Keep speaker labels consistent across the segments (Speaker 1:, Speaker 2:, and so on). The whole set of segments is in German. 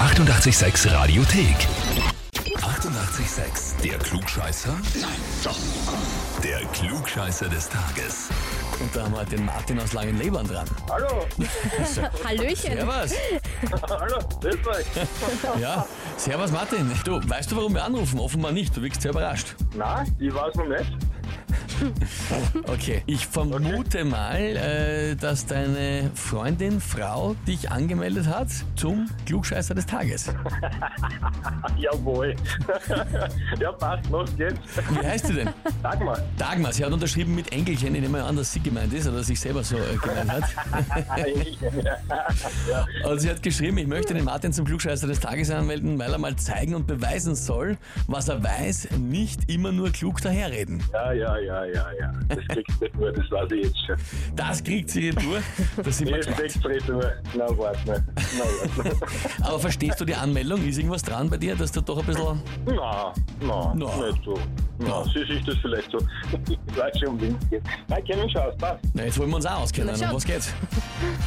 Speaker 1: 886 Radiothek. 88,6. Der Klugscheißer? Nein, doch. Der Klugscheißer des Tages.
Speaker 2: Und da haben wir halt den Martin aus Langenlebern dran.
Speaker 3: Hallo,
Speaker 4: Hallöchen.
Speaker 2: Servus.
Speaker 3: hallo, grüß euch.
Speaker 2: Ja, servus Martin. Du, weißt du, warum wir anrufen? Offenbar nicht. Du wirkst sehr überrascht.
Speaker 3: Na, ich weiß noch nicht.
Speaker 2: Okay. Ich vermute mal, äh, dass deine Freundin, Frau, dich angemeldet hat zum Klugscheißer des Tages.
Speaker 3: Ah, Jawohl. ja, passt, los geht's.
Speaker 2: Wie heißt sie denn?
Speaker 3: Sag mal,
Speaker 2: Dagmar. Sie hat unterschrieben mit Enkelchen. Ich nehme an, dass sie gemeint ist oder sich selber so äh, gemeint hat.
Speaker 3: eigentlich,
Speaker 2: Und sie hat geschrieben, ich möchte den Martin zum Klugscheißer des Tages anmelden, weil er mal zeigen und beweisen soll, was er weiß, nicht immer nur klug daherreden.
Speaker 3: ja, ja, ja, ja, ja. Das kriegst du nicht nur, das weiß ich jetzt schon.
Speaker 2: Das kriegt sie hier durch. Das sind wir
Speaker 3: Ich
Speaker 2: gespannt.
Speaker 3: kriegst du nur. Na, warte mal. Na, warte mal.
Speaker 2: Aber verstehst du die Anmeldung? Ist irgendwas dran bei dir, dass du doch ein bisschen...
Speaker 3: Na,
Speaker 2: Na.
Speaker 3: na, nicht so. Na,
Speaker 2: Na.
Speaker 3: süß ist das vielleicht so. Ich weiß schon, um wen es geht. Nein, kennen schon aus, passt.
Speaker 2: Na, jetzt wollen wir uns auch auskennen.
Speaker 4: Na schon.
Speaker 2: Um was geht's?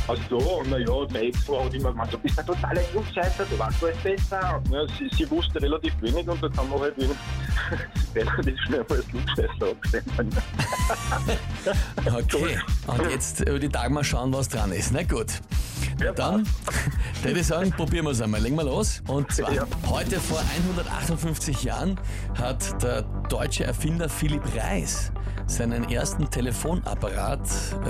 Speaker 3: Ach so, na ja, meine Ex-Frau hat halt immer gemeint, du bist ein totaler Klugscheißer, du weißt alles besser. Ja, sie, sie wusste relativ wenig und dann haben wir halt wenig, relativ schnell mal als Klugscheißer abgestempelt.
Speaker 2: Okay. Und jetzt über die Dagmar schauen, was dran ist. Na gut. Na dann würde ich sagen, probieren wir es einmal. Legen wir los. Und zwar,
Speaker 3: Ja.
Speaker 2: heute vor 158 Jahren hat der deutsche Erfinder Philipp Reis seinen ersten Telefonapparat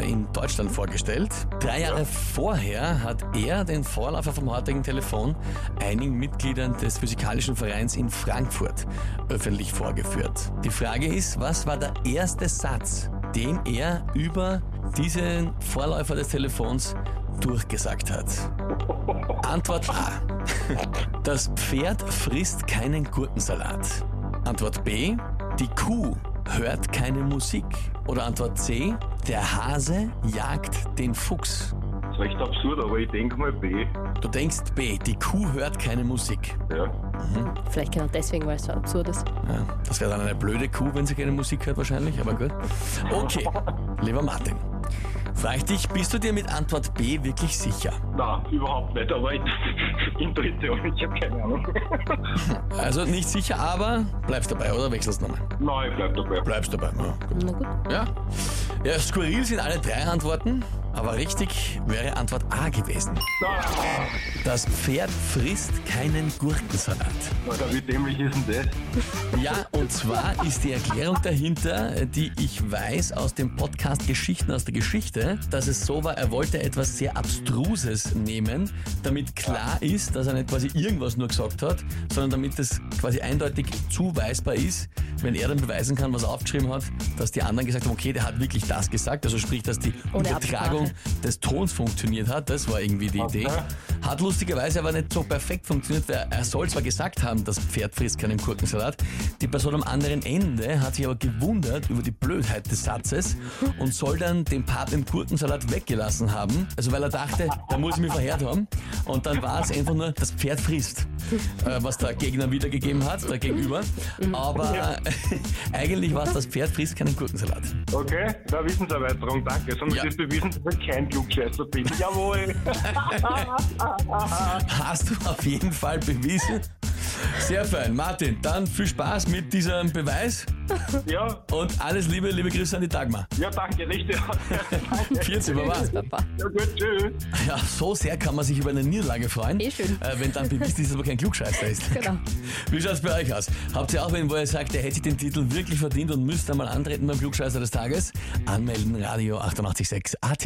Speaker 2: in Deutschland vorgestellt. Drei Jahre vorher hat er den Vorläufer vom heutigen Telefon einigen Mitgliedern des Physikalischen Vereins in Frankfurt öffentlich vorgeführt. Die Frage ist, was war der erste Satz, den er über diesen Vorläufer des Telefons durchgesagt hat? Antwort A. Das Pferd frisst keinen Gurkensalat. Antwort B. Die Kuh hört keine Musik. Oder Antwort C. Der Hase jagt den Fuchs.
Speaker 3: Das ist recht absurd, aber ich denke mal B.
Speaker 2: Du denkst B. Die Kuh hört keine Musik.
Speaker 3: Ja.
Speaker 4: Vielleicht genau deswegen, weil es so absurd ist.
Speaker 2: Ja, das wäre dann eine blöde Kuh, wenn sie keine Musik hört wahrscheinlich, aber gut. Okay, lieber Martin. Frag ich dich, bist du dir mit Antwort B wirklich sicher?
Speaker 3: Nein, überhaupt nicht, aber ich, Intuition, ich habe keine Ahnung.
Speaker 2: Also nicht sicher, aber bleibst dabei, oder wechselst nochmal?
Speaker 3: Nein, ich bleib dabei.
Speaker 2: Bleibst dabei. Ja, gut.
Speaker 4: Na gut.
Speaker 2: Ja. Ja, skurril sind alle drei Antworten, aber richtig wäre Antwort A gewesen.
Speaker 3: Nein,
Speaker 2: Das Pferd frisst keinen Gurkensalat.
Speaker 3: Alter, wie dämlich ist denn das?
Speaker 2: Ja, und zwar ist die Erklärung dahinter, äh, die ich weiß aus dem Podcast Geschichten aus der Geschichte, dass es so war, er wollte etwas sehr Abstruses nehmen, damit klar ist, dass er nicht quasi irgendwas nur gesagt hat, sondern damit es quasi eindeutig zuweisbar ist, wenn er dann beweisen kann, was er aufgeschrieben hat, dass die anderen gesagt haben, okay, der hat wirklich das gesagt, also sprich, dass die
Speaker 4: Ohne
Speaker 2: Übertragung des Tons funktioniert hat, das war irgendwie die Idee. Hat lustigerweise aber nicht so perfekt funktioniert, weil er soll zwar gesagt haben, das Pferd frisst keinen Gurkensalat, die Person am anderen Ende hat sich aber gewundert über die Blödheit des Satzes und soll dann den Part im Gurkensalat weggelassen haben, also weil er dachte, da muss ich mich verheert haben und dann war es einfach nur, das Pferd frisst, äh, was der Gegner wiedergegeben hat, der Gegenüber, aber eigentlich war es, das Pferd frisst keinen Gurkensalat.
Speaker 3: Okay, da Wissenserweiterung, danke. Sonst
Speaker 2: Ja.
Speaker 3: ist bewiesen, dass ich kein Klugscheißer bin. Jawohl.
Speaker 2: Hast du auf jeden Fall bewiesen. Sehr fein. Martin, dann viel Spaß mit diesem Beweis
Speaker 3: ja,
Speaker 2: und alles Liebe, liebe Grüße an die Dagmar.
Speaker 3: ja, danke, richtig. danke.
Speaker 2: 14 Baba.
Speaker 4: Tschüss, Papa.
Speaker 3: Ja, gut, tschüss.
Speaker 2: Ja, so sehr kann man sich über eine Niederlage freuen.
Speaker 4: Eh schön.
Speaker 2: Äh, wenn dann bewiesen ist, dass man kein Klugscheißer ist.
Speaker 4: Genau.
Speaker 2: Wie schaut's bei euch aus? Habt ihr auch wen, wo ihr sagt, der hätte sich den Titel wirklich verdient und müsste einmal antreten beim Klugscheißer des Tages? Anmelden, Radio 886 AT.